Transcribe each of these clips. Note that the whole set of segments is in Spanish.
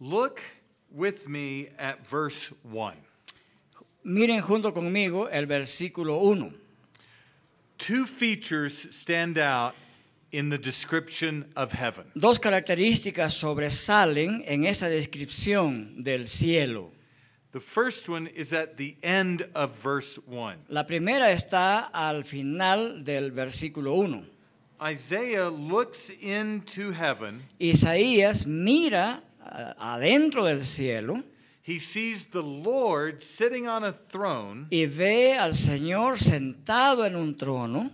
Look with me at verse 1. Miren junto conmigo el versículo 1. Two features stand out in the description of heaven. Dos características sobresalen en esa descripción del cielo. The first one is at the end of verse 1. La primera está al final del versículo 1. Isaiah looks into heaven, Isaías mira a- adentro del cielo he sees the Lord sitting on a throne, y ve al Señor sentado en un trono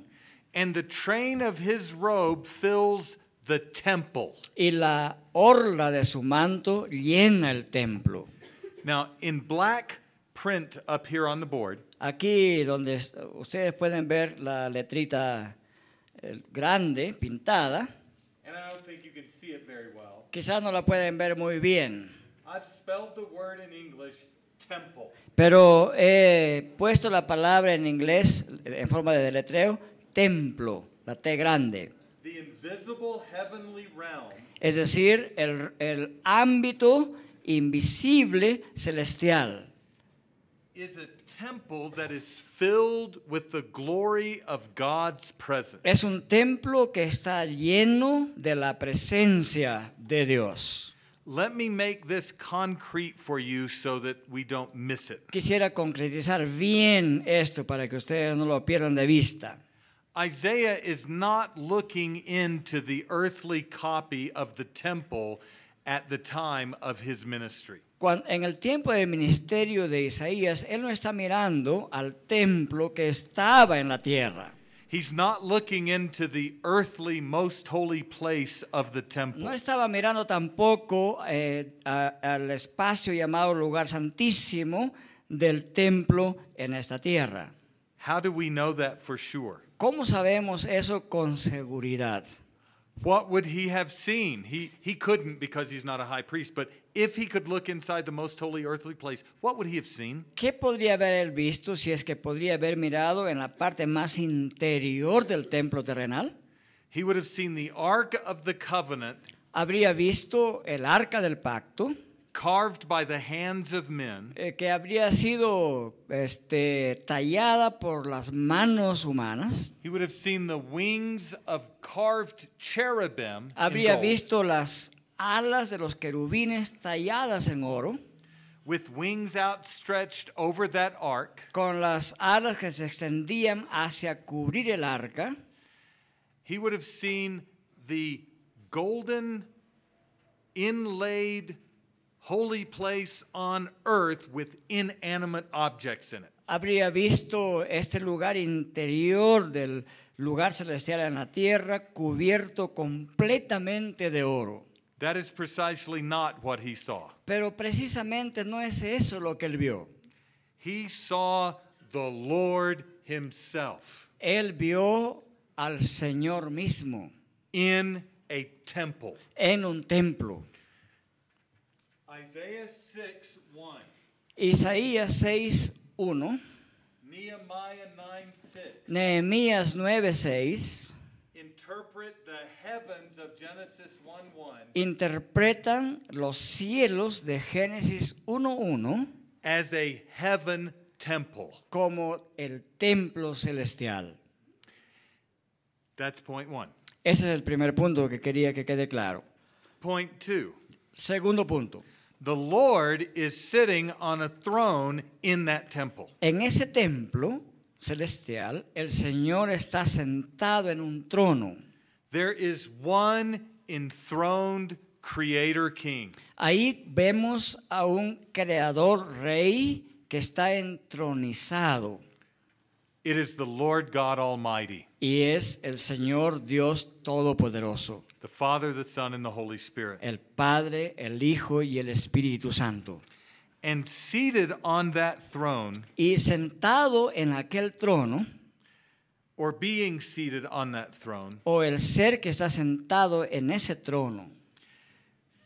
and the train of his robe fills the temple. y la orla de su manto llena el templo. Now, in black print up here on the board, Aquí donde es- ustedes pueden ver la letrita eh, grande pintada, and I don't think you can see it very well, quizás no la pueden ver muy bien, I've spelled the word in English temple. pero he puesto la palabra en inglés en forma de deletreo, templo, la T grande. The invisible heavenly realm Es decir, el, el ámbito invisible celestial. is a temple that is filled with the glory of God's presence. Es un templo que está lleno de la presencia de Dios. Let me make this concrete for you so that we don't miss it. Quisiera concretizar bien esto para que ustedes no lo pierdan de vista. Isaiah is not looking into the earthly copy of the temple at the time of his ministry. Cuan- en el tiempo del ministerio de Isaías, él no está mirando al templo que estaba en la tierra. He's not looking into the earthly most holy place of the temple. No estaba mirando tampoco eh, a- al espacio llamado lugar santísimo del templo en esta tierra. How do we know that for sure? ¿Cómo sabemos eso con seguridad? What would he have seen? He, he couldn't because he's not a high priest, but if he could look inside the most holy earthly place, what would he have seen? ¿Qué podría haber él visto si es que podría haber mirado en la parte más interior del templo terrenal? He would have seen the Ark of the Covenant Habría visto el arca del pacto, carved by the hands of men, eh, que habría sido este, tallada por las manos humanas. he would have seen the wings of carved cherubim, in Habría gold, visto las alas de los querubines talladas en oro, with wings outstretched over that ark. con las alas que se extendían hacia cubrir el arca. He would have seen the golden inlaid holy place on earth with inanimate objects in it. Habría visto este lugar interior del lugar celestial en la tierra cubierto completamente de oro. That is precisely not what he saw. Pero precisamente no es eso lo que él vio. He saw the Lord himself Él vio al Señor mismo in a temple. en un templo. Isaiah 6 1. Isaías 6.1, Nehemiah 9 6. Nehemías 9.6 Interpret the heavens of Genesis 1 1 interpretan los cielos de Génesis 1.1 as a heaven temple. como el templo celestial. That's point one. Ese es el primer punto que quería que quede claro. Point two. Segundo punto. The Lord is sitting on a throne in that temple. En ese templo celestial, el Señor está sentado en un trono. There is one enthroned creator king. Ahí vemos a un creador rey que está entronizado It is the Lord God Almighty, y es el Señor Dios Todopoderoso, the Father, the Son, and the Holy Spirit. el Padre, el Hijo y el Espíritu Santo. And seated on that throne, Y sentado en aquel trono, or being seated on that throne, o el ser que está sentado en ese trono,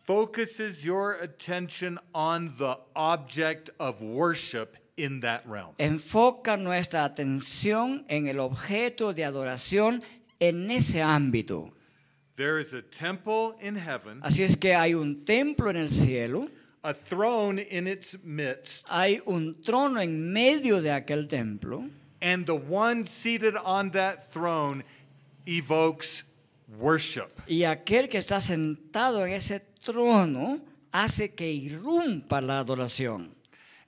focuses your attention on the object of worship in that realm. enfoca nuestra atención en el objeto de adoración en ese ámbito. There is a temple in heaven, Así es que hay un templo en el cielo, a throne in its midst, hay un trono en medio de aquel templo and the one seated on that throne evokes worship. y aquel que está sentado en ese trono hace que irrumpa la adoración.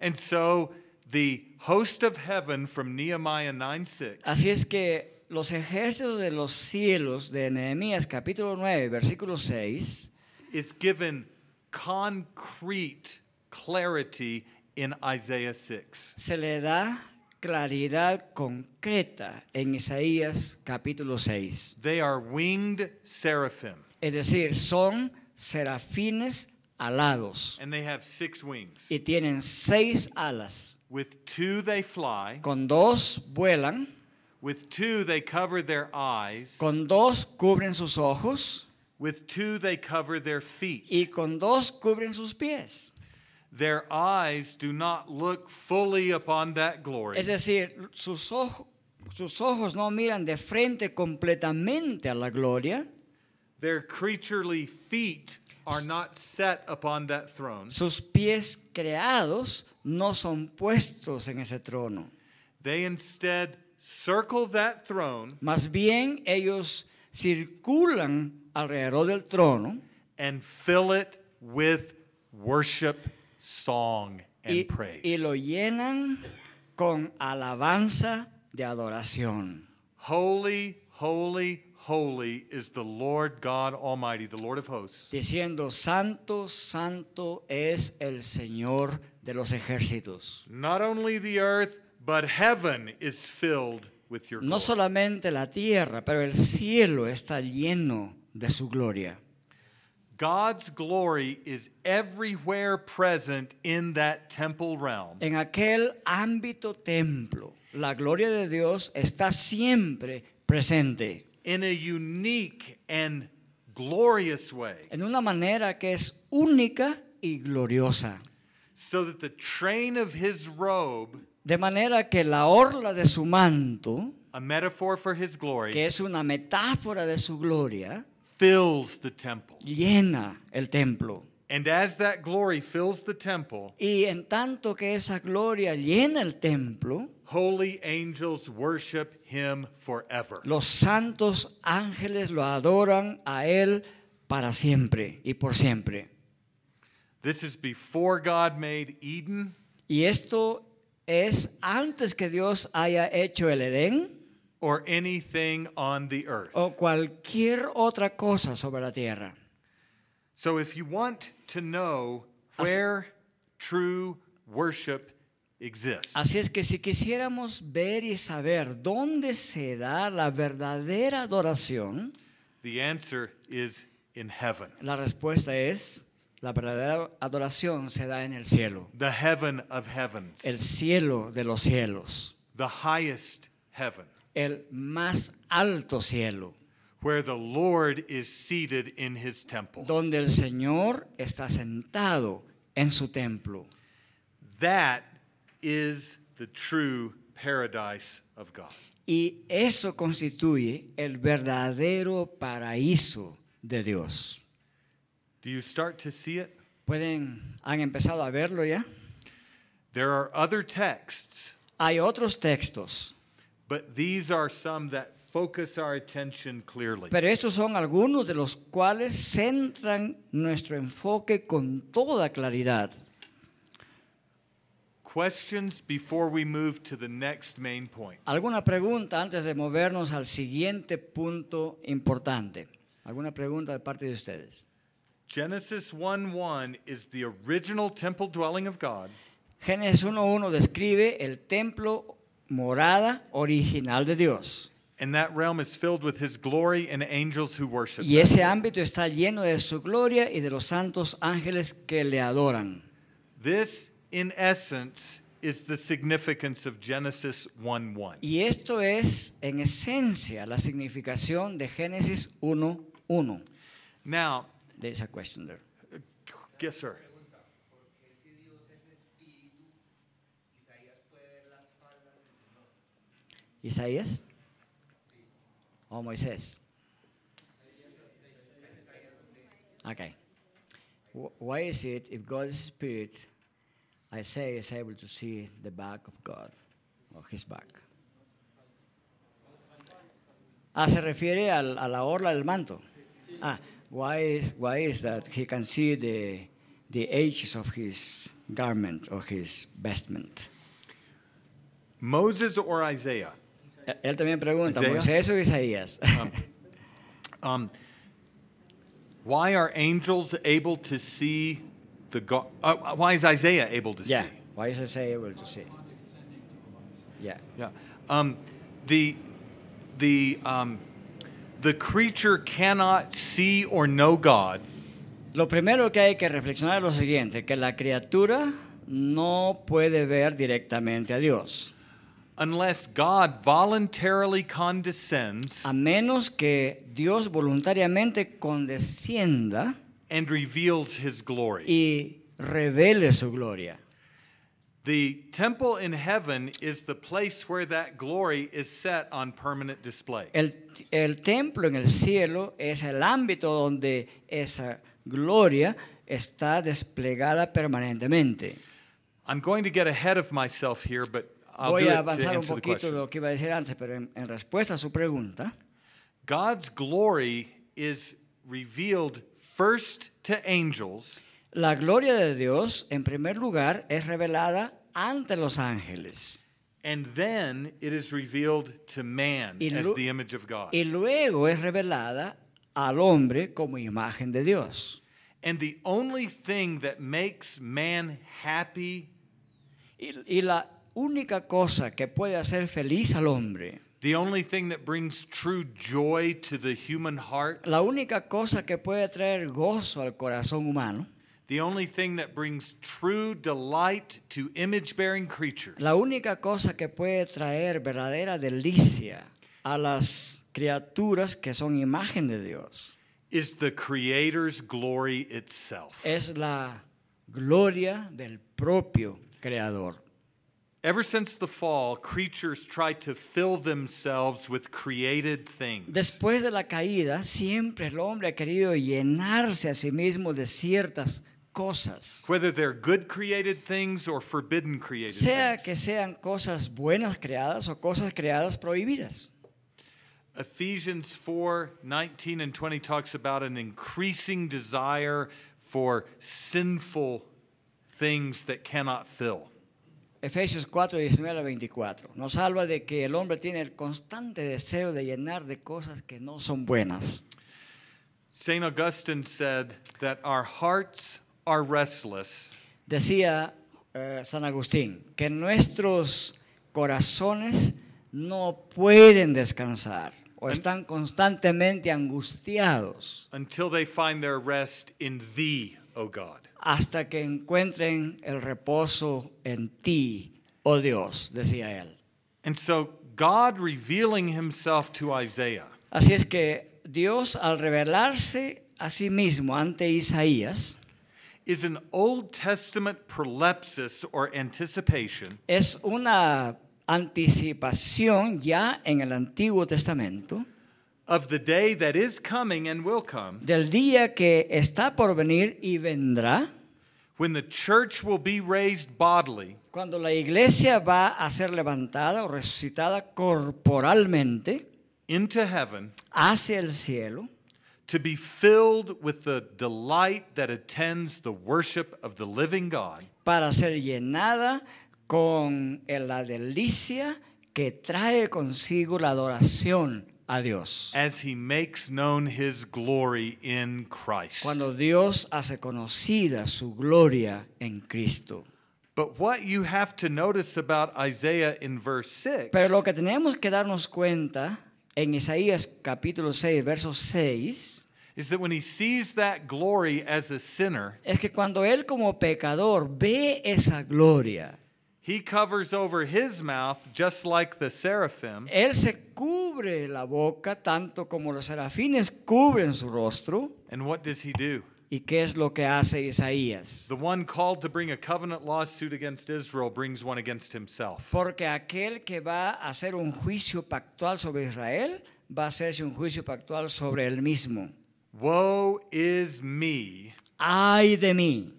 And so the host of heaven from Nehemiah 9 6 Así es que los ejércitos de los cielos de Nehemías capítulo 9, versículo 6, is given concrete clarity in Isaiah 6. se le da claridad concreta en Isaías capítulo 6. They are winged seraphim, Es decir, son serafines alados and they have six wings. y tienen seis alas. With two they fly, Con dos vuelan, with two they cover their eyes, con dos cubren sus ojos with two they cover their feet. y con dos cubren sus pies. Their eyes do not look fully upon that glory. Es decir, sus, ojo- sus ojos no miran de frente completamente a la gloria, Their creaturely feet are not set upon that throne. sus pies creados no son puestos en ese trono. They instead circle that throne Más bien ellos circulan alrededor del trono and fill it with worship, song, and y, praise. y lo llenan con alabanza de adoración. Holy, holy, holy is the Lord God Almighty, the Lord of hosts. E- diciendo, Santo, Santo es el Señor de los ejércitos. Not only the earth, but heaven is filled with your No glory. solamente la tierra, pero el cielo está lleno de su gloria. God's glory is everywhere present in that temple realm. En aquel ámbito templo, la gloria de Dios está siempre presente, in a unique and glorious way en una manera que es única y gloriosa. so that the train of his robe De manera que la orla de su manto, a metaphor for his que glory es una metáfora de su gloria, fills the temple llena el templo. and as that glory fills the temple Y en tanto que esa gloria llena el templo, holy angels worship him forever los santos ángeles lo adoran a Él para siempre y por siempre. this is before god made eden Y esto es antes que Dios haya hecho el Edén or anything on the earth o cualquier otra cosa sobre la tierra. so if you want to know Así- where true worship exists Así es que si quisiéramos ver y saber dónde se da la verdadera adoración, the answer is in heaven la respuesta es, la verdadera adoración se da en el cielo, the heaven of heavens, el cielo de los cielos. the highest heaven, el más alto cielo, where the Lord is seated in his temple. donde el Señor está sentado en su templo. That is the true paradise of God. Y eso constituye el verdadero paraíso de Dios. Do you start to see it? ¿Pueden, han empezado a verlo ya? There are other texts, Hay otros textos, but these are some that focus our attention clearly. pero estos son algunos de los cuales centran nuestro enfoque con toda claridad. Questions before we move to the next main point. ¿Alguna pregunta antes de movernos al siguiente punto importante? ¿Alguna pregunta de parte de ustedes? Genesis 1 1 is the original temple dwelling of God. Génesis 1.1 describe el templo morada original de Dios. And that realm is filled with his glory and angels who worship Y ese him. ámbito está lleno de su gloria y de los santos ángeles que le adoran. This, in essence, is the significance of Genesis 1 1. Y esto es, en esencia, la significación de Génesis 1.1. Now, There's a question there. yes, sir. Porque si Dios es espíritu, Isaías puede ver las faldas del Señor. ¿Isaías? ¿O Moisés? Isaías 6, Okay. Wh- Why is it if God's Spirit, I say, is able to see the back of God or His back? Ah, se refiere al- a la orla del manto. Ah, why is, why is that he can see the, the edges of his garment or his vestment? Moses or Isaiah? Eh, Él también pregunta, Isaiah? ¿Moisés o Isaías? Um, um, why are angels able to see the God? Uh, why is Isaiah able to yeah, see? Pues why is Isaiah able to see? Yeah. Yeah. Um, the the um, the creature cannot see or know God, Lo primero que hay que reflexionar es lo siguiente, que la criatura no puede ver directamente a Dios, unless God voluntarily condescends a menos que Dios voluntariamente condescienda and reveals His glory. y revele su gloria. The temple in heaven is the place where that glory is set on permanent display. El, el templo en el cielo es el ámbito donde esa gloria está desplegada permanentemente. I'm going to get ahead of myself here, but I'll Voy do a it to avanzar un answer the poquito de question. lo que iba a decir antes, pero en- en respuesta a su pregunta, God's glory is revealed first to angels La gloria de Dios, en primer lugar, es revelada ante los ángeles and then it is revealed to man Y as lu- the image of God. y luego es revelada al hombre como imagen de Dios. and the only thing that makes man happy, Y, y la única cosa que puede hacer feliz al hombre, the only thing that brings true joy to the human heart, la única cosa que puede traer gozo al corazón humano, the only thing that brings true delight to image bearing creatures la única cosa que puede traer verdadera delicia a las criaturas que son imagen de Dios, is the Creator's glory itself. es la gloria del propio Creador. Ever since the fall, creatures try to fill themselves with created things. Después de la caída, siempre el hombre ha querido llenarse a sí mismo de ciertas cosas, whether they're good created things or forbidden created sea que things. sean cosas buenas creadas o cosas creadas prohibidas. Ephesians 4 19 and 20 talks about an increasing desire for sinful things that cannot fill. Efesios 4, 19 al 24 nos habla de que el hombre tiene el constante deseo de llenar de cosas que no son buenas. St. Augustine said that our hearts are restless Decía eh, San Agustín que nuestros corazones no pueden descansar o están constantemente angustiados. until they find their rest in Thee, O God. hasta que encuentren el reposo en ti, oh Dios, decía él. And so, God revealing Himself to Isaiah Así es que Dios al revelarse a sí mismo ante Isaías is an Old Testament prolepsis or anticipation es una anticipación ya en el Antiguo Testamento of the day that is coming and will come del día que está por venir y vendrá when the church will be raised bodily cuando la iglesia va a ser levantada o resucitada corporalmente into heaven hacia el cielo to be filled with the delight that attends the worship of the living God para ser llenada con la delicia que trae consigo la adoración a Dios. as he makes known his glory in Christ. Cuando Dios hace conocida su gloria en Cristo. But what you have to notice about Isaiah in verse 6 Pero lo que tenemos que darnos cuenta en Isaías capítulo 6, verso 6, is that when he sees that glory as a sinner, es que cuando Él como pecador ve esa gloria, he covers over his mouth just like the seraphim. Él se cubre la boca tanto como los serafines cubren su rostro. And what does he do? ¿Y qué es lo que hace Isaías? The one called to bring a covenant lawsuit against Israel brings one against himself. Porque aquel que va a hacer un juicio pactual sobre Israel va a hacerse un juicio pactual sobre él mismo. Woe is me, ay de mí,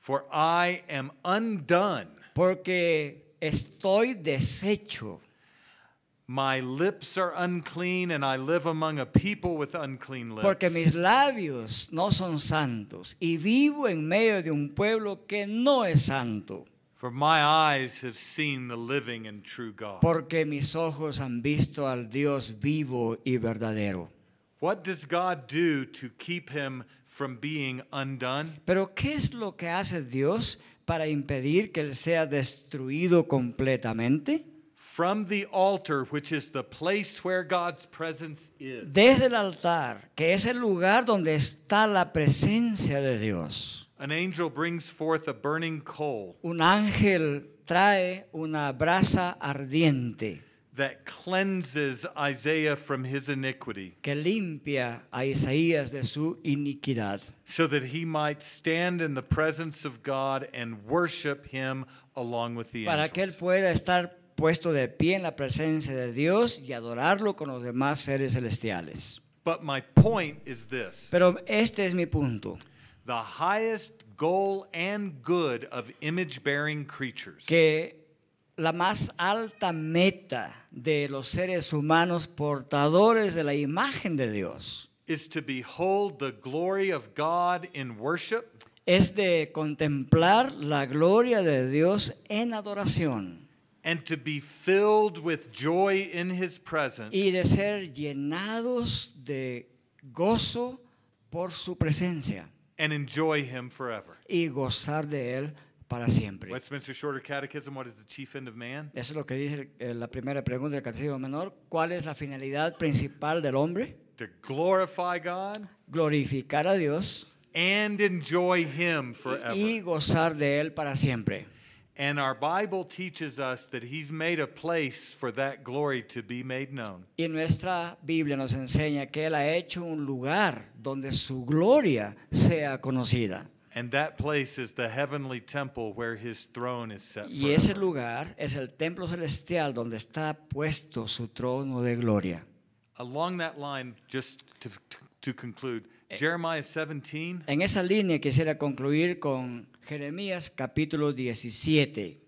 for I am undone. porque estoy deshecho. My lips are unclean, and I live among a people with unclean lips. Porque mis labios no son santos y vivo en medio de un pueblo que no es santo. For my eyes have seen the living and true God. Porque mis ojos han visto al Dios vivo y verdadero. What does God do to keep him from being undone? Pero ¿qué es lo que hace Dios para impedir que él sea destruido completamente? From the altar, which is the place where God's presence is, Desde el altar, que es el lugar donde está la presencia de Dios. an angel brings forth a burning coal Un ángel trae una brasa ardiente that cleanses Isaiah from his iniquity, que limpia a Isaías de su iniquidad, so that he might stand in the presence of God and worship him along with the para que él angels. pueda estar puesto de pie en la presencia de Dios y adorarlo con los demás seres celestiales. But my point is this Pero este es mi punto, the highest goal and good of image bearing creatures que la más alta meta de los seres humanos portadores de la imagen de Dios is to behold the glory of God in worship es de contemplar la gloria de Dios en adoración and to be filled with joy in his presence y de ser llenados de gozo por su presencia. and enjoy him forever. y gozar de él para siempre. Eso Westminster Shorter Catechism What is the chief end of man? es lo que dice eh, la primera pregunta del Catecismo Menor. ¿Cuál es la finalidad principal del hombre? To glorify God Glorificar a Dios and enjoy him y forever. gozar de él para siempre. And our Bible teaches us that he's made a place for that glory to be made known. Y nuestra Biblia nos enseña que él ha hecho un lugar donde su gloria sea conocida. And that place is the heavenly temple where his throne is set. Y ese forever. lugar es el templo celestial donde está puesto su trono de gloria. Along that line, just to, to, to conclude, Eh. Jeremiah 17 En esa línea quisiera concluir con Jeremías capítulo 17.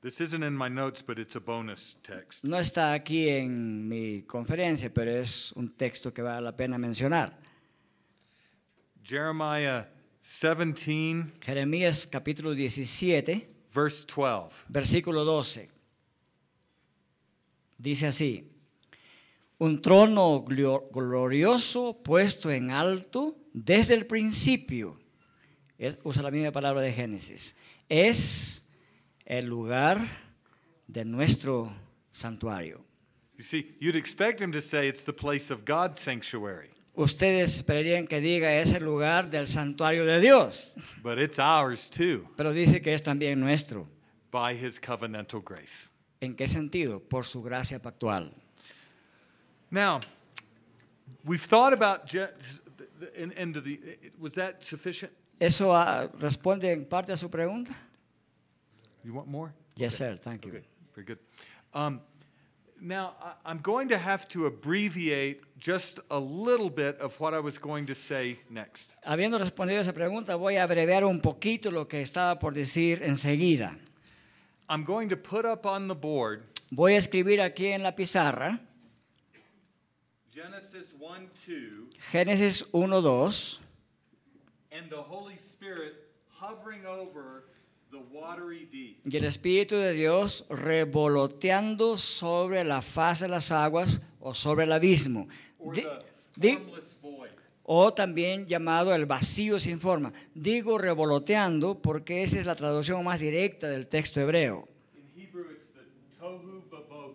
This isn't in my notes, but it's a bonus text. No está aquí en mi conferencia, pero es un texto que vale la pena mencionar. Jeremiah 17, Jeremías capítulo 17, verse 12. versículo 12. Dice así, un trono glio- glorioso puesto en alto desde el principio. Es- usa la misma palabra de Génesis. Es el lugar de nuestro santuario. You see, you'd expect him to say it's the place of God's sanctuary, Ustedes esperarían que diga es el lugar del santuario de Dios. but it's ours too Pero dice que es también nuestro. by his covenantal grace. ¿En qué sentido? Por su gracia pactual. Now, we've thought about Je- the- the- and, and the was that sufficient? ¿Eso ah, responde en parte a su pregunta? You want more? Yes, sir. Thank you. Okay, very good. Um, now, I, I'm going to have to abbreviate just a little bit of what I was going to say next. Habiendo respondido esa pregunta, voy a abreviar un poquito lo que estaba por decir enseguida. I'm going to put up on the board Voy a escribir aquí en la pizarra Genesis 1 2 Génesis 1.2 and the Holy Spirit hovering over the watery deep. y el Espíritu de Dios revoloteando sobre la faz de las aguas o sobre el abismo. Or Di- the di- formless void. o también llamado el vacío sin forma. Digo revoloteando porque esa es la traducción más directa del texto hebreo. In Hebrew, it's the tohu babohu.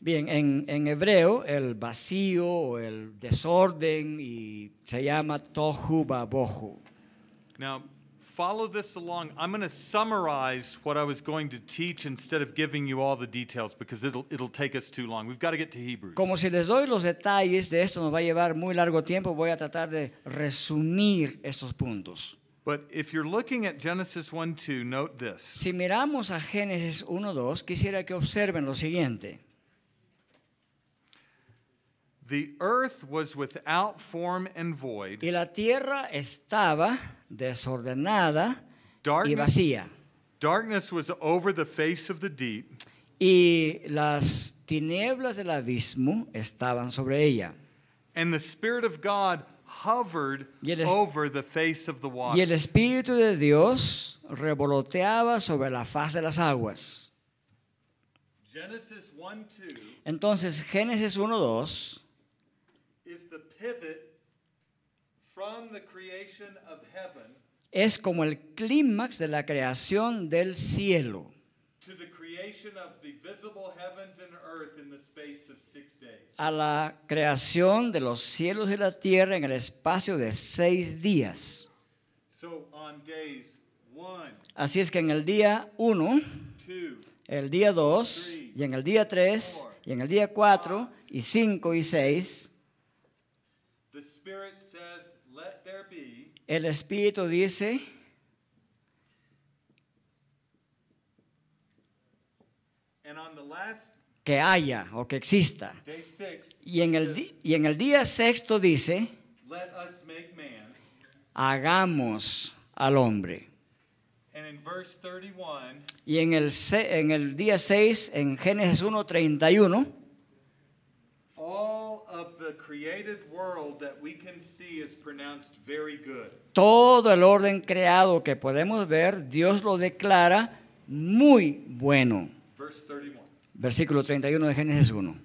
Bien, en, en hebreo el vacío o el desorden y se llama tohu babohu. Now, follow this along. I'm going to summarize what I was going to teach instead of giving you all the details because it'll it'll take us too long. We've got to get to Hebrews. Como si les doy los detalles de esto nos va a llevar muy largo tiempo, voy a tratar de resumir estos puntos. But if you're looking at Genesis 1 2, note this. Si miramos a Génesis 1.2, quisiera que observen lo siguiente. The earth was without form and Y void. la tierra estaba desordenada y Darkness, vacía. darkness was over the face of the deep, Y las tinieblas del abismo estaban sobre ella. and the Spirit of God hovered Y el es- over the face of the water. Y el Espíritu de Dios revoloteaba sobre la faz de las aguas. Genesis 1 2 Entonces Génesis 1.2 is the pivot from the creation of heaven es como el clímax de la creación del cielo to the creation of the visible heavens and earth in the space of six days. a la creación de los cielos y la tierra en el espacio de seis días. So on days 1, Así es que en el día 1, 2, el día 2, y en el día 3, y en el día 4, y 5 y 6, the Spirit says, Let there be, el Espíritu dice, and on the last que haya o que exista. day 6, Y en el, says, di- y en el día sexto dice, Let us make man. hagamos al hombre. And in verse 31, Y en el, se- en el día 6, en Génesis 1.31, all of the created world that we can see is pronounced very good. todo el orden creado que podemos ver, Dios lo declara muy bueno. Verse 31. Versículo 31 de Génesis 1.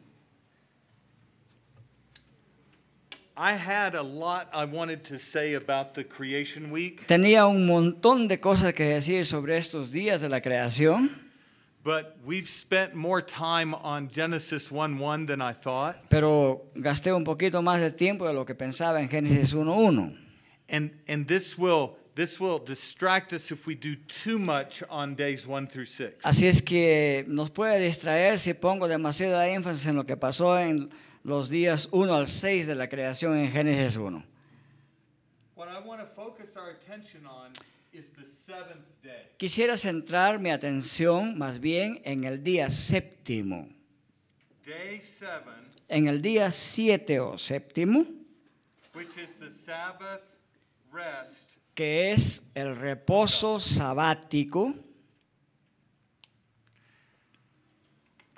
I had a lot I wanted to say about the creation week, Tenía un montón de cosas que decir sobre estos días de la creación, but we've spent more time on Genesis 1 1 than I thought. pero gasté un poquito más de tiempo de lo que pensaba en Génesis 1.1. And, and this, will, this will distract us if we do too much on days 1 through 6. Así es que nos puede distraer si pongo demasiado énfasis en lo que pasó en los días 1 al 6 de la creación en Génesis 1. What I want to focus our attention on is the seventh day. Quisiera centrar mi atención más bien en el día séptimo. Day 7, En el día 7 o séptimo, which is the Sabbath rest que es el reposo sabático.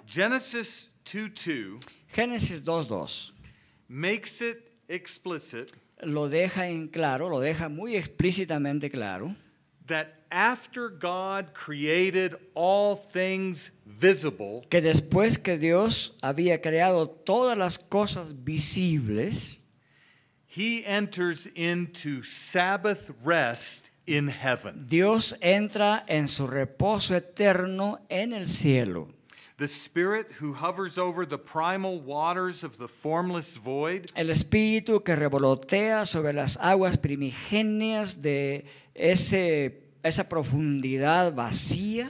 Genesis 2 2 Génesis 2.2 makes it explicit lo deja en claro, lo deja muy explícitamente claro, that after God created all things visible, que después que Dios había creado todas las cosas visibles, he enters into Sabbath rest in heaven. Dios entra en su reposo eterno en el cielo. The Spirit who hovers over the primal waters of the formless void El espíritu que revolotea sobre las aguas primigenias de ese, esa profundidad vacía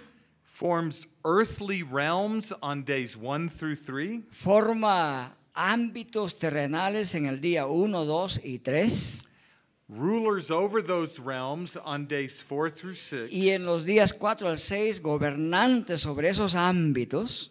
forms earthly realms on days 1 through 3 forma ámbitos terrenales en el día 1, 2 y 3 rulers over those realms on days 4 through 6 y en los días 4 al 6 gobernantes sobre esos ámbitos.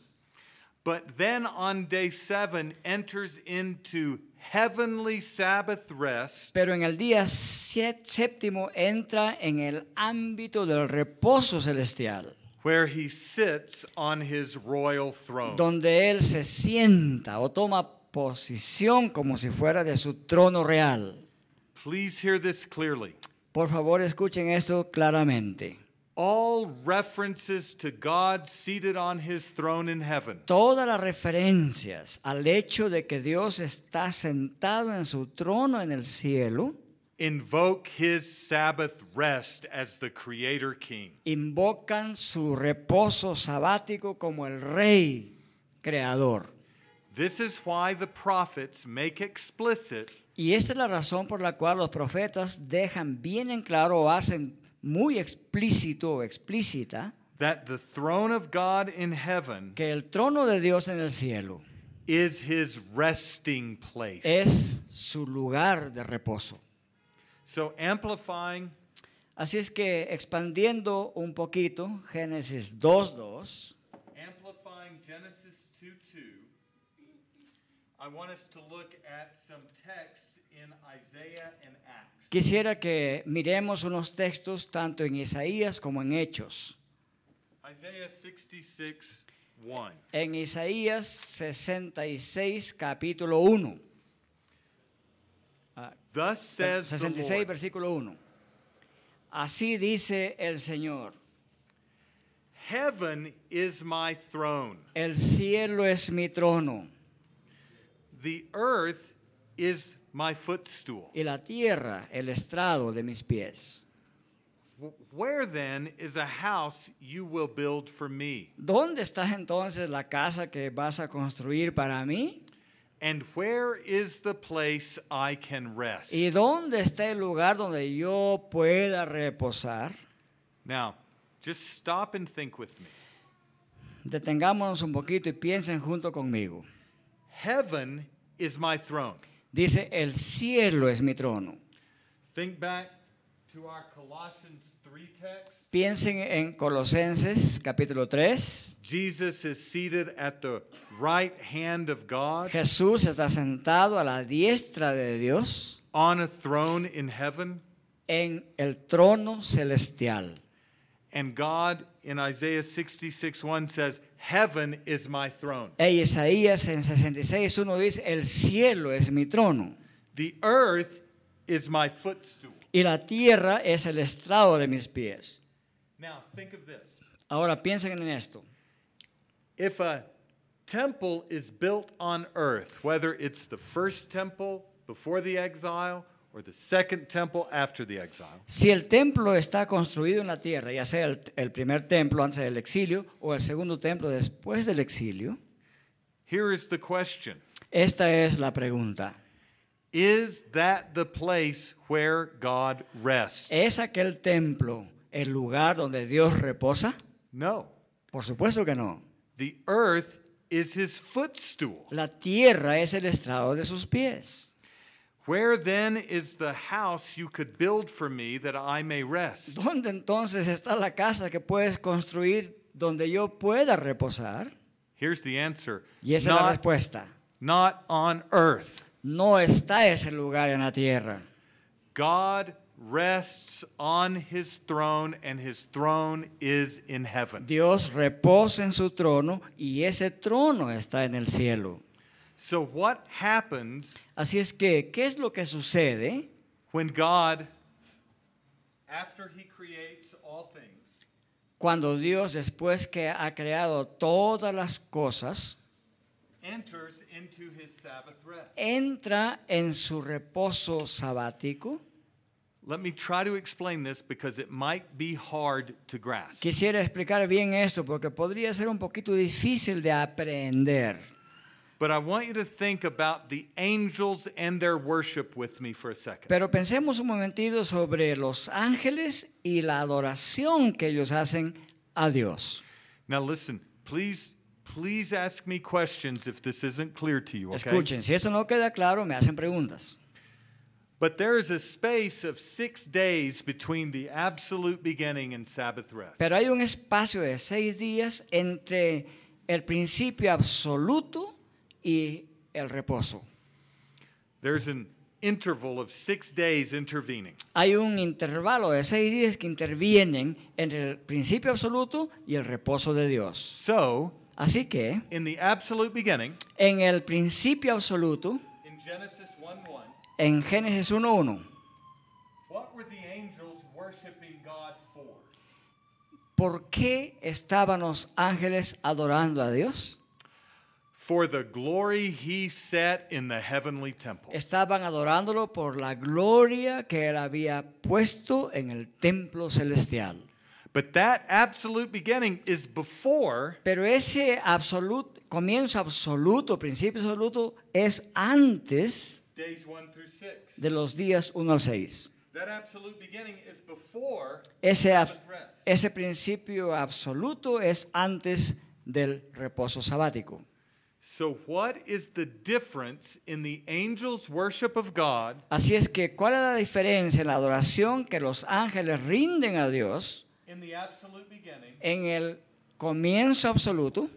But then on day seven enters into heavenly Sabbath rest, Pero en el día siet- séptimo entra en el ámbito del reposo celestial. where he sits on his royal throne. donde él se sienta o toma posición como si fuera de su trono real. Please hear this clearly. Por favor, escuchen esto claramente. All references to God seated on his throne in heaven Todas las referencias al hecho de que Dios está sentado en su trono en el cielo invoke his Sabbath rest as the Creator King. invocan su reposo sabático como el rey creador. This is why the prophets make explicit Y esta es la razón por la cual los profetas dejan bien en claro o hacen muy explícito o explícita that the throne of God in heaven que el trono de Dios en el cielo is his resting place. es su lugar de reposo. So amplifying Así es que expandiendo un poquito, Génesis 2.2, amplifying Genesis 2:2, I want us to look at some texts in Isaiah and Acts. Quisiera que miremos unos textos tanto en Isaías como en Hechos. Isaiah 66 1. En Isaías 66, capítulo 1. Ah, Thus says the 66, Lord, versículo 1. Así dice el Señor, Heaven is my throne, el cielo es mi trono the earth is my footstool. y la tierra el estrado de mis pies. W- Where then is a house you will build for me? ¿Dónde está entonces la casa que vas a construir para mí? And where is the place I can rest? ¿Y dónde está el lugar donde yo pueda reposar? Now, just stop and think with me. Detengámonos un poquito y piensen junto conmigo. Heaven is my throne. Dice, el cielo es mi trono. Think back to our Colossians 3 text. Piensen en Colosenses capítulo 3. Jesus is seated at the right hand of God Jesús está sentado a la diestra de Dios on a throne in heaven, en el trono celestial. and God in Isaiah 66 1 says, Heaven is my throne. E Isaías en 66, uno dice, el cielo es mi trono The earth is my footstool. y la tierra es el estrado de mis pies. Now, think of this. Ahora piensen en esto. If a temple is built on earth, whether it's the first temple before the exile or the second temple after the exile, Si el templo está construido en la tierra, ya sea el, el primer templo antes del exilio o el segundo templo después del exilio, here is the question esta es la pregunta. Is that the place where God rests? ¿Es aquel templo el lugar donde Dios reposa? No. Por supuesto que no. The earth is his footstool. La tierra es el estrado de sus pies. Where then is the house you could build for me that I may rest? ¿Dónde entonces está la casa que puedes construir donde yo pueda reposar? Here's the answer Y esa es la not, respuesta. not on earth. No está ese lugar en la tierra. God rests on his throne, and his throne is in heaven. Dios reposa en su trono y ese trono está en el cielo. So, what happens Así es que, ¿qué es lo que sucede when God, after he creates all things, cuando Dios, después que ha creado todas las cosas, enters into his Sabbath rest? entra en su reposo sabático? Let me try to explain this because it might be hard to grasp. Quisiera explicar bien esto porque podría ser un poquito difícil de aprender. But I want you to think about the angels and their worship with me for a second. Pero pensemos un momentito sobre los ángeles y la adoración que ellos hacen a Dios. Now listen, please please ask me questions if this isn't clear to you, okay? Escuchen, si esto no queda claro, me hacen preguntas. But there is a space of 6 days between the absolute beginning and Sabbath rest. Pero hay un espacio de seis días entre el principio absoluto y el reposo. There's an interval of 6 days intervening. Hay un intervalo de seis días que intervienen entre el principio absoluto y el reposo de Dios. So, Así que, in the absolute beginning, en el principio absoluto, in Genesis 1:1, en Génesis 1.1, what were the angels worshiping God for? ¿por qué estaban los ángeles adorando a Dios? For the glory he set in the heavenly temple. Estaban adorándolo por la gloria que él había puesto en el templo celestial. But that absolute beginning is before Pero ese absoluto, comienzo absoluto, principio absoluto, es antes days 1 through 6. de los días 1 al 6. That absolute beginning is before Ese, ab- Sabbath rest. ese principio absoluto es antes del reposo sabático. So, what is the difference in the angels' worship of God Así es que, ¿cuál es la diferencia en la adoración que los ángeles rinden a Dios in the absolute beginning en el comienzo absoluto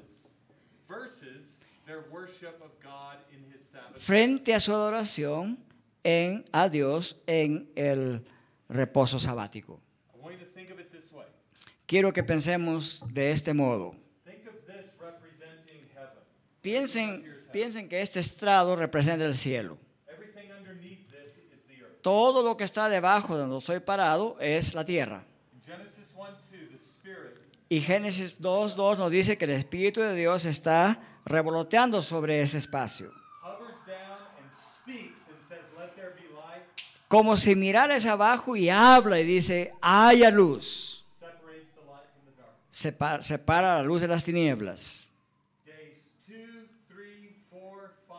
versus their worship of God in His Sabbath frente a su adoración en, a Dios en el reposo sabático. I want you to think of it this way. Quiero que pensemos de este modo. Think of this representing heaven. Piensen, piensen que este estrado representa el cielo. Everything underneath this is the earth. Todo lo que está debajo de donde estoy parado es la tierra. In Genesis 1 2, the Spirit Y Génesis 2.2 nos dice que el Espíritu de Dios está revoloteando sobre ese espacio. hovers down and speaks and says, Let there be light, Como si mirara hacia abajo y habla y dice, haya luz. separates the light from the dark. Sepa- separa la luz de las tinieblas. Days 2, 3, 4, 5,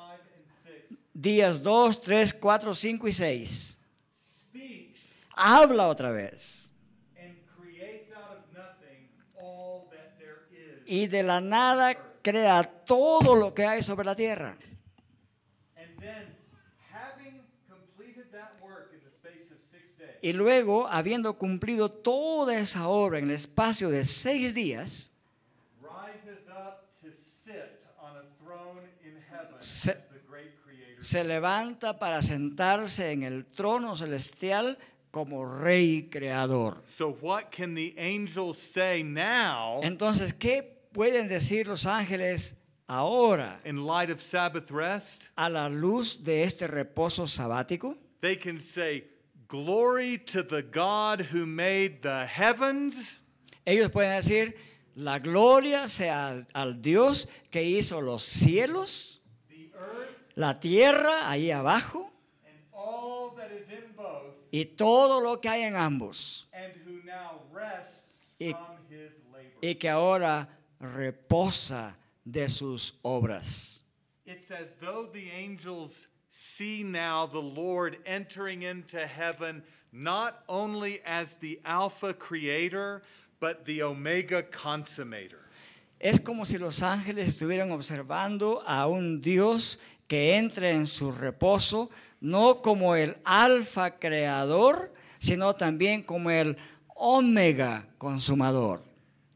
and 6 Días 2, 3, 4, 5 y 6. speaks Habla otra vez. and creates out of nothing all that there is. Y de la nada crea todo lo que hay sobre la tierra. And then, having completed that work in the space of six days, Y luego, habiendo cumplido toda esa obra en el espacio de seis días, rises up to sit on a throne in heaven Se- as the great creator. se levanta para sentarse en el trono celestial como rey creador. so, what can the angels say now Entonces, ¿qué pueden decir los ángeles ahora in light of Sabbath rest? a la luz de este reposo sabático? They can say, Glory to the God who made the heavens Ellos pueden decir, la gloria sea al, al Dios que hizo los cielos, the earth la tierra ahí abajo and all that is in both, y todo lo que hay en ambos, and who now rests Y- from his labor. y que ahora reposa de sus obras. it's as though the angels see now the Lord entering into heaven not only as the Alpha creator, but the Omega consummator. Es como si los ángeles estuvieran observando a un Dios que entra en su reposo, no como el alfa creador, sino también como el omega consumador.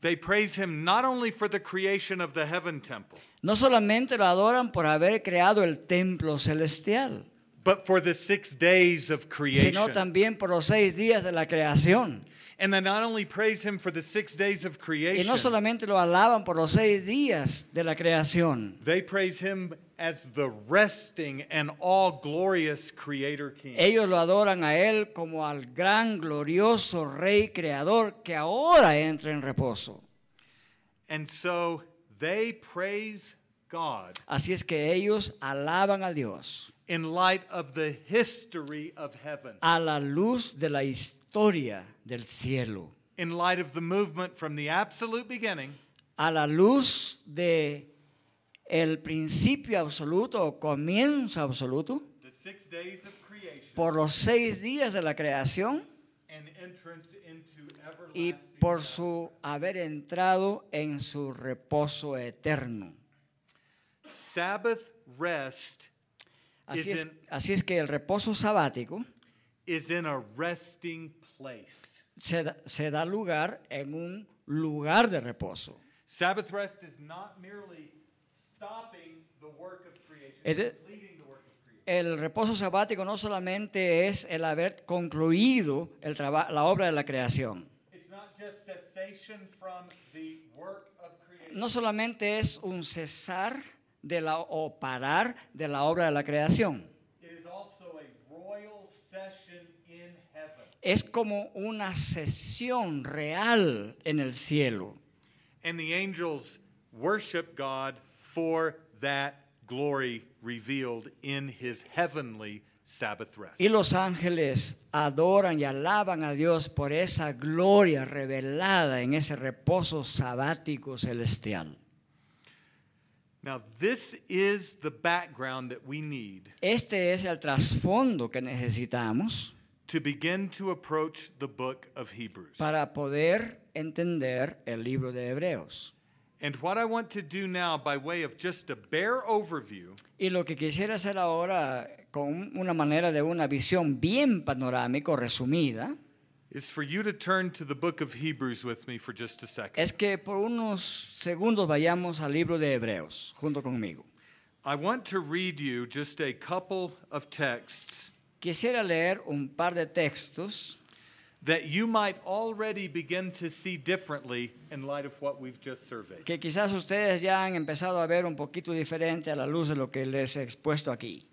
They praise him not only for the creation of the heaven temple, No solamente lo adoran por haber creado el templo celestial, but for the six days of creation. sino también por los seis días de la creación. And they not only praise him for the six days of Y creation, no solamente lo alaban por los seis días de la creación. they praise him as the resting and all glorious creator king. Ellos lo adoran a Él como al gran, glorioso Rey Creador que ahora entra en reposo. And so they praise God Así es que ellos alaban a Dios in light of the history of heaven, a la luz de la historia del cielo, in light of the movement from the absolute beginning a la luz de el principio absoluto o comienzo absoluto the six days of creation por los seis días de la creación and entrance into everlasting y por life. su haber entrado en su reposo eterno. Sabbath rest Así Is es, in- así es que el reposo sabático is in a resting place. se da, se da lugar en un lugar de reposo. Sabbath rest is not merely stopping the work of creation, Is it- completing the work of creation. El reposo sabático no solamente es el haber concluido el traba- la obra de la creación, It's not just cessation from the work of creation. no solamente es un cesar de la, o parar de la obra de la creación, It is also a royal session in heaven. es como una sesión real en el cielo. And the angels worship God for that glory revealed in his heavenly Sabbath rest. Y los ángeles adoran y alaban a Dios por esa gloria revelada en ese reposo sabático celestial. Now, this is the background that we need Este es el trasfondo que necesitamos to begin to approach the book of Hebrews. para poder entender el libro de Hebreos. And what I want to do now, by way of just a bare overview, Y lo que quisiera hacer ahora con una manera de una visión bien panorámica o resumida is for you to turn to the book of Hebrews with me for just a second. es que por unos segundos vayamos al libro de Hebreos junto conmigo. I want to read you just a couple of texts Quisiera leer un par de textos that you might already begin to see differently in light of what we've just surveyed. que quizás ustedes ya han empezado a ver un poquito diferente a la luz de lo que les he expuesto aquí.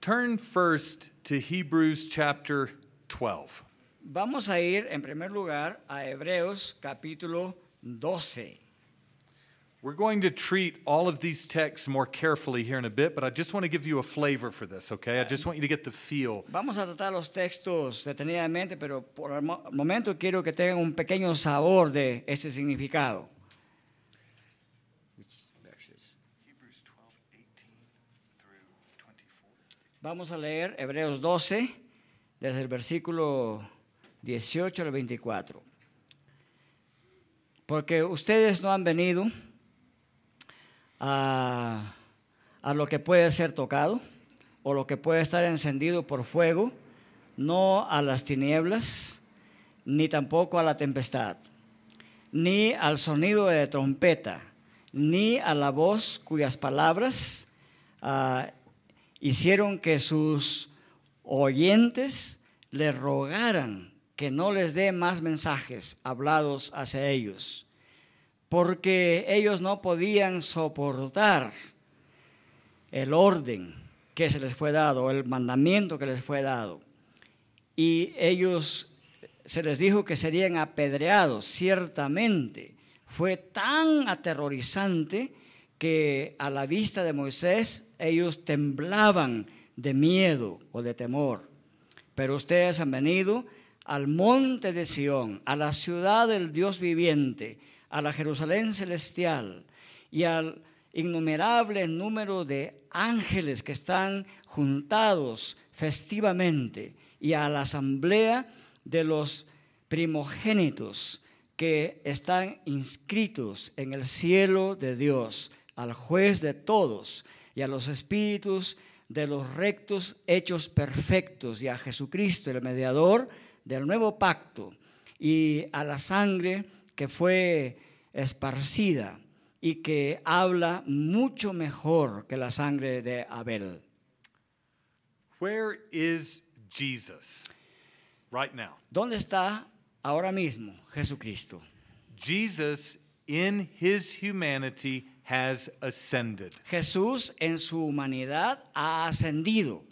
Turn first to Hebrews chapter 12. Vamos a ir en primer lugar a Hebreos capítulo 12. We're going to treat all of these texts more carefully here in a bit, but I just want to give you a flavor for this, okay? I just want you to get the feel. Vamos a tratar los textos detenidamente, pero por el mo- momento quiero que tengan un pequeño sabor de ese significado. Hebrews 12, 18 through 24. Vamos a leer Hebreos 12, desde el versículo 18 al 24. Porque ustedes no han venido a, a lo que puede ser tocado o lo que puede estar encendido por fuego, no a las tinieblas, ni tampoco a la tempestad, ni al sonido de trompeta, ni a la voz cuyas palabras ah, hicieron que sus oyentes les rogaran que no les dé más mensajes hablados hacia ellos, porque ellos no podían soportar el orden que se les fue dado, el mandamiento que les fue dado. Y ellos se les dijo que serían apedreados, ciertamente. Fue tan aterrorizante que a la vista de Moisés ellos temblaban de miedo o de temor. Pero ustedes han venido al monte de Sión, a la ciudad del Dios viviente, a la Jerusalén celestial y al innumerable número de ángeles que están juntados festivamente y a la asamblea de los primogénitos que están inscritos en el cielo de Dios, al juez de todos y a los espíritus de los rectos hechos perfectos y a Jesucristo, el mediador del nuevo pacto, y a la sangre que fue esparcida y que habla mucho mejor que la sangre de Abel. Where is Jesus right now? ¿Dónde está ahora mismo Jesucristo? Jesus in his humanity has ascended. Jesús en su humanidad ha ascendido.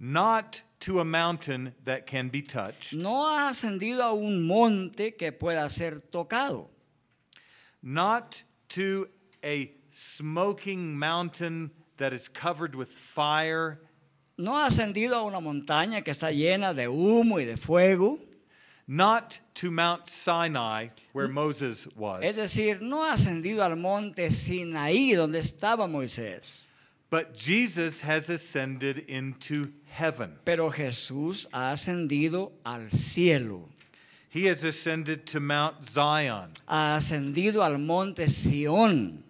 not to a mountain that can be touched, No ha ascendido a un monte que pueda ser tocado, not to a smoking mountain that is covered with fire, no ha ascendido a una montaña que está llena de humo y de fuego, not to Mount Sinai where Moses es was. decir, no ha ascendido al monte Sinaí donde estaba Moisés, But Jesus has ascended into heaven. pero Jesús ha ascendido al cielo, He has ascended to Mount Zion. ha ascendido al monte Sión,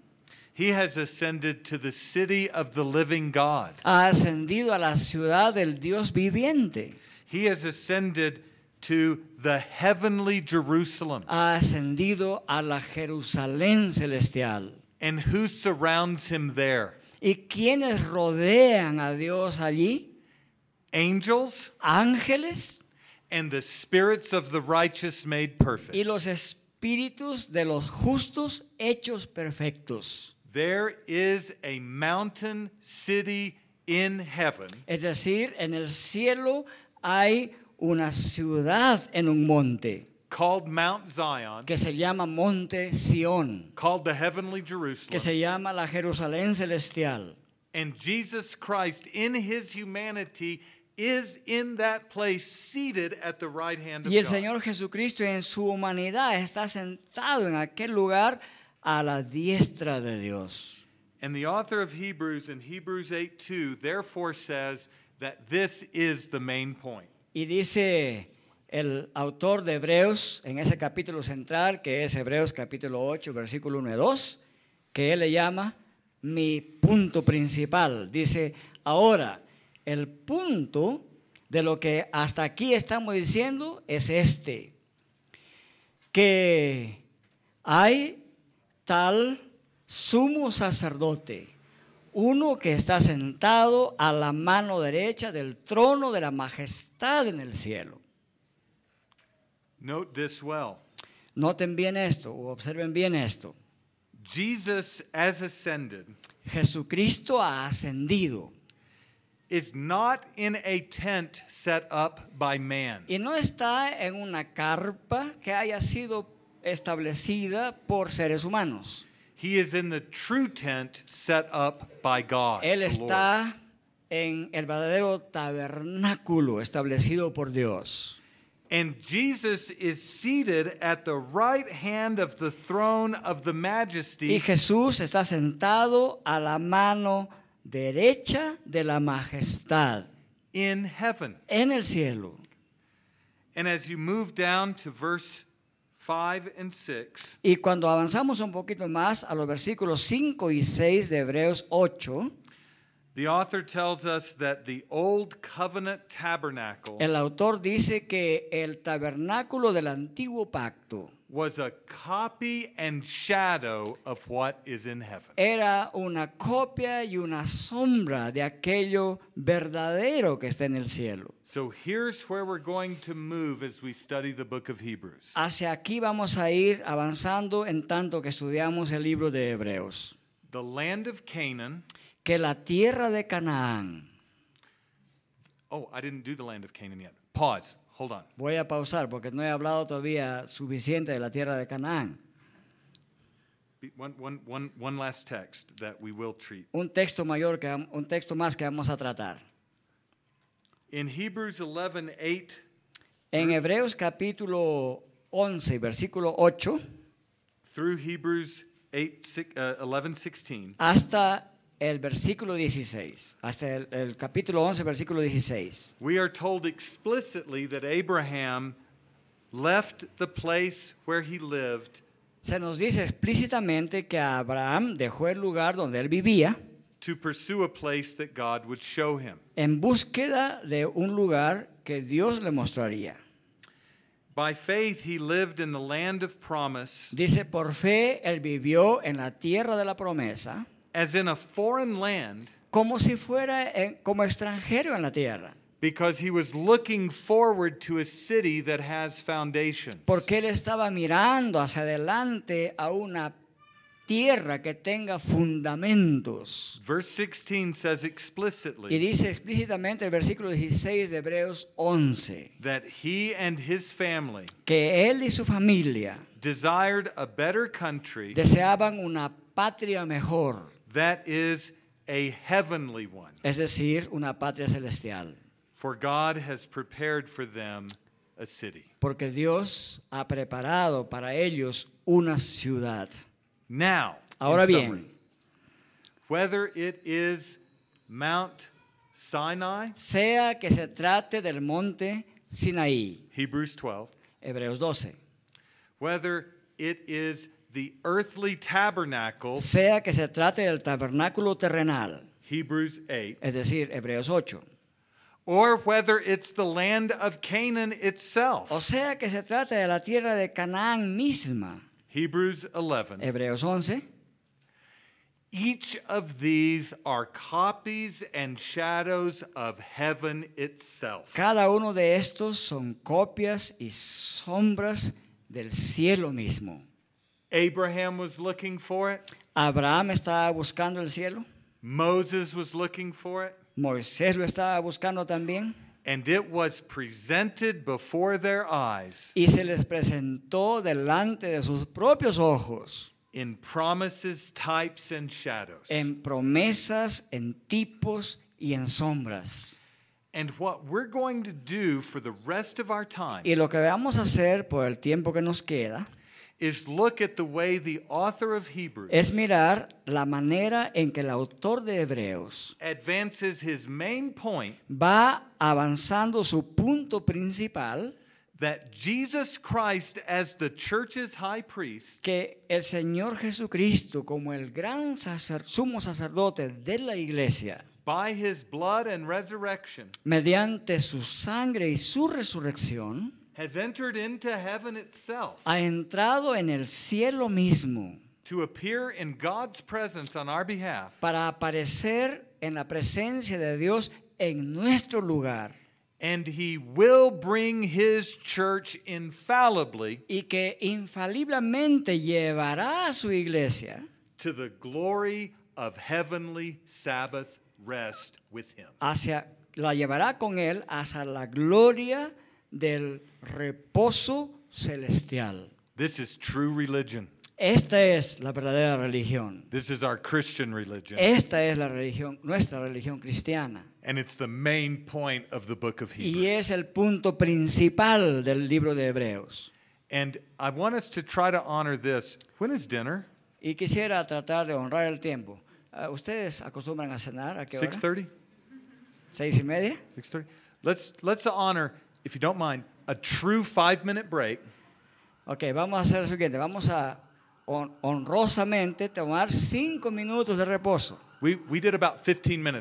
He has ascended to the city of the living God. ha ascendido a la ciudad del Dios viviente, He has ascended to the heavenly Jerusalem. ha ascendido a la Jerusalén celestial. And who surrounds him there? ¿Y quiénes rodean a Dios allí? angels Ángeles and the spirits of the righteous made perfect. y los espíritus de los justos hechos perfectos. There is a mountain city in heaven Es decir, en el cielo hay una ciudad en un monte called Mount Zion, que se llama Monte Sión, called the heavenly que se Jerusalem, llama la Jerusalén celestial. and Jesus Christ in his humanity is in that place seated at the right hand of Y el God. Señor Jesucristo en su humanidad está sentado en aquel lugar a la diestra de Dios. And the author of Hebrews in Hebrews 8:2 therefore says that this is the main point. Y dice el autor de Hebreos en ese capítulo central, que es Hebreos capítulo 8, versículo 1 y 2, que él le llama mi punto principal. Dice, ahora, el punto de lo que hasta aquí estamos diciendo es este, que hay tal sumo sacerdote, uno que está sentado a la mano derecha del trono de la majestad en el cielo. Note this well. Noten bien esto, o observen bien esto. Jesus, as ascended, Jesucristo ha ascendido is not in a tent set up by man. y no está en una carpa que haya sido establecida por seres humanos. He is in the true tent set up by God. Él the Lord. está en el verdadero tabernáculo establecido por Dios. And Jesus is seated at the right hand of the throne of the Y majesty Jesús está sentado a la mano derecha de la majestad in heaven. en el cielo. And as you move down to verse 5 and 6, Y cuando avanzamos un poquito más a los versículos 5 y 6 de Hebreos 8, the author tells us that the old covenant tabernacle el autor dice que el tabernáculo del antiguo pacto was a copy and shadow of what is in heaven. era una copia y una sombra de aquello verdadero que está en el cielo. So here's where we're going to move as we study the book of Hebrews. Hacia aquí vamos a ir avanzando en tanto que estudiamos el libro de Hebreos. The land of Canaan. Que la tierra de Canaán, Oh, I didn't do the land of Canaan yet. Pause. Hold on. voy a pausar porque no he hablado todavía suficiente de la tierra de Canaán. Be- One, one, one, one last text that we will treat. Un texto mayor, que, vam- un texto más que vamos a tratar. In Hebrews 11:8, En Hebreos capítulo 11, versículo 8, through Hebrews 8, six- uh, 11, 16, hasta el versículo 16, hasta el, el capítulo 11, versículo 16. we are told explicitly that Abraham left the place where he lived Se nos dice explícitamente que Abraham dejó el lugar donde él vivía to pursue a place that God would show him. en búsqueda de un lugar que Dios le mostraría. By faith, he lived in the land of promise Dice, por fe él vivió en la tierra de la promesa, as in a foreign land como si fuera eh, como extranjero en la tierra, because he was looking forward to a city that has foundations. porque él estaba mirando hacia adelante a una tierra que tenga fundamentos. Verse 16 says Y explicitly dice explícitamente el versículo 16 de Hebreos 11, that he and his family que él y su familia desired a better country deseaban una patria mejor, that is a heavenly one, es decir, una patria celestial, for God has prepared for them a city. porque Dios ha preparado para ellos una ciudad. Now, in Ahora summary, bien, whether it is Mount Sinai, sea que se trate del monte Sinaí, Hebrews 12, Hebreos 12, whether it is the earthly tabernacle, sea que se trate del tabernáculo terrenal, Hebrews 8, es decir, Hebreos 8, or whether it's the land of Canaan itself, o sea que se trate de la tierra de Canaán misma, Hebrews 11. Hebreos 11, Each of these are copies and shadows of heaven itself. Cada uno de estos son copias y sombras del cielo mismo. Abraham was looking for it, Abraham estaba buscando el cielo, Moses was looking for it, Moisés lo estaba buscando también, and it was presented before their eyes y se les presentó delante de sus propios ojos in promises, types, and shadows. en promesas, en tipos y en sombras. And what we're going to do for the rest of our time Y lo que vamos a hacer por el tiempo que nos queda is look at the way the author of Hebrews es mirar la manera en que el autor de Hebreos advances his main point va avanzando su punto principal that Jesus Christ, as the church's high priest, que el Señor Jesucristo, como el gran sacer- sumo sacerdote de la iglesia, by his blood and resurrection, mediante su sangre y su resurrección, has entered into heaven itself ha entrado en el cielo mismo to appear in God's presence on our behalf para aparecer en la presencia de Dios en nuestro lugar and he will bring his church infallibly y que infaliblemente llevará a su iglesia to the glory of heavenly Sabbath rest with him. hacia la llevará con él hacia la gloria del reposo celestial. This is true religion. Esta es la verdadera religión. This is our Christian religion. Esta es la religión, nuestra religión cristiana. And it's the main point of the book of Y Hebrews. es el punto principal del libro de Hebreos. And I want us to try to honor this. When is dinner? Y quisiera tratar de honrar el tiempo. Ah, ¿Ustedes acostumbran a cenar a qué hora? 6:30? ¿Seis y media? 6:30. Let's let's honor if you don't mind a true 5-minute break Ok, vamos a hacer lo siguiente. Vamos a hon- honrosamente tomar cinco minutos de reposo. We, we did about 15 minutes